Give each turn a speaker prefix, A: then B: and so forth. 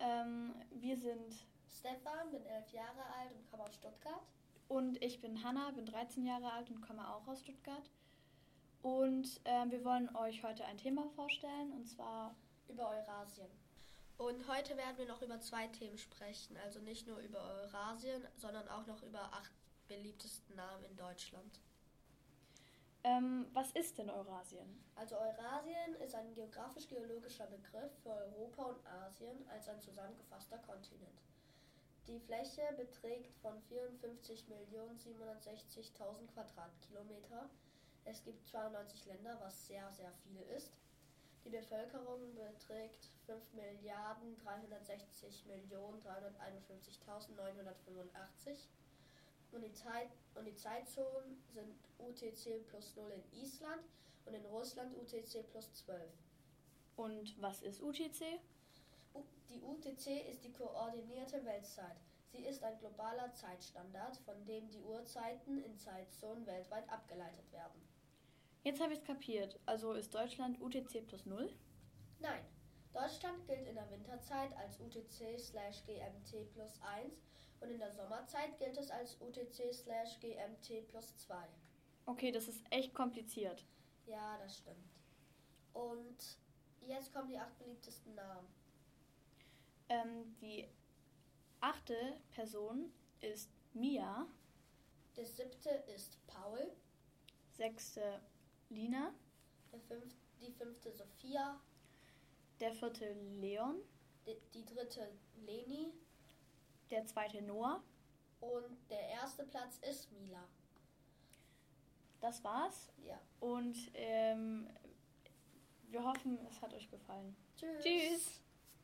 A: ähm, sind
B: Stefan, bin elf Jahre alt und komme aus Stuttgart.
A: und ich bin Hanna, bin 13 Jahre alt und komme auch aus Stuttgart. Und ähm, wir wollen euch heute ein Thema vorstellen und zwar
B: über Eurasien. Und heute werden wir noch über zwei Themen sprechen, also nicht nur über Eurasien, sondern auch noch über acht beliebtesten Namen in Deutschland.
A: ähm, was ist denn Eurasien?
B: Also Eurasien ist ein geografisch-geologischer Begriff für Europa und Asien als ein zusammengefasster Kontinent. Die Fläche beträgt von 54.760.000 Quadratkilometer. Es gibt 92 Länder, was sehr, sehr viel ist. Die Bevölkerung beträgt 5 Milliarden 360 Millionen 351.985 und die, Zeit, und die Zeitzonen sind UTC plus 0 in Island und in Russland UTC plus 12.
A: Und was ist UTC?
B: U- Die UTC ist die koordinierte Weltzeit. Sie ist ein globaler Zeitstandard, von dem die Uhrzeiten in Zeitzonen weltweit abgeleitet werden.
A: Jetzt habe ich es kapiert. Also ist Deutschland UTC plus 0?
B: Nein, Deutschland gilt in der Winterzeit als UTC slash GMT plus 1 und in der Sommerzeit gilt es als UTC slash GMT plus 2.
A: Okay, das ist echt kompliziert.
B: Ja, das stimmt. Und jetzt kommen die acht beliebtesten Namen.
A: Ähm, die achte Person ist Mia,
B: Der siebte ist Paul,
A: sechste Lina,
B: der fünf, die fünfte Sophia,
A: der vierte Leon,
B: die, die dritte Leni
A: der zweite Noah.
B: und der erste Platz ist Mila.
A: Das war's
B: Ja.
A: und ähm, wir hoffen, es hat euch gefallen. Tschüss.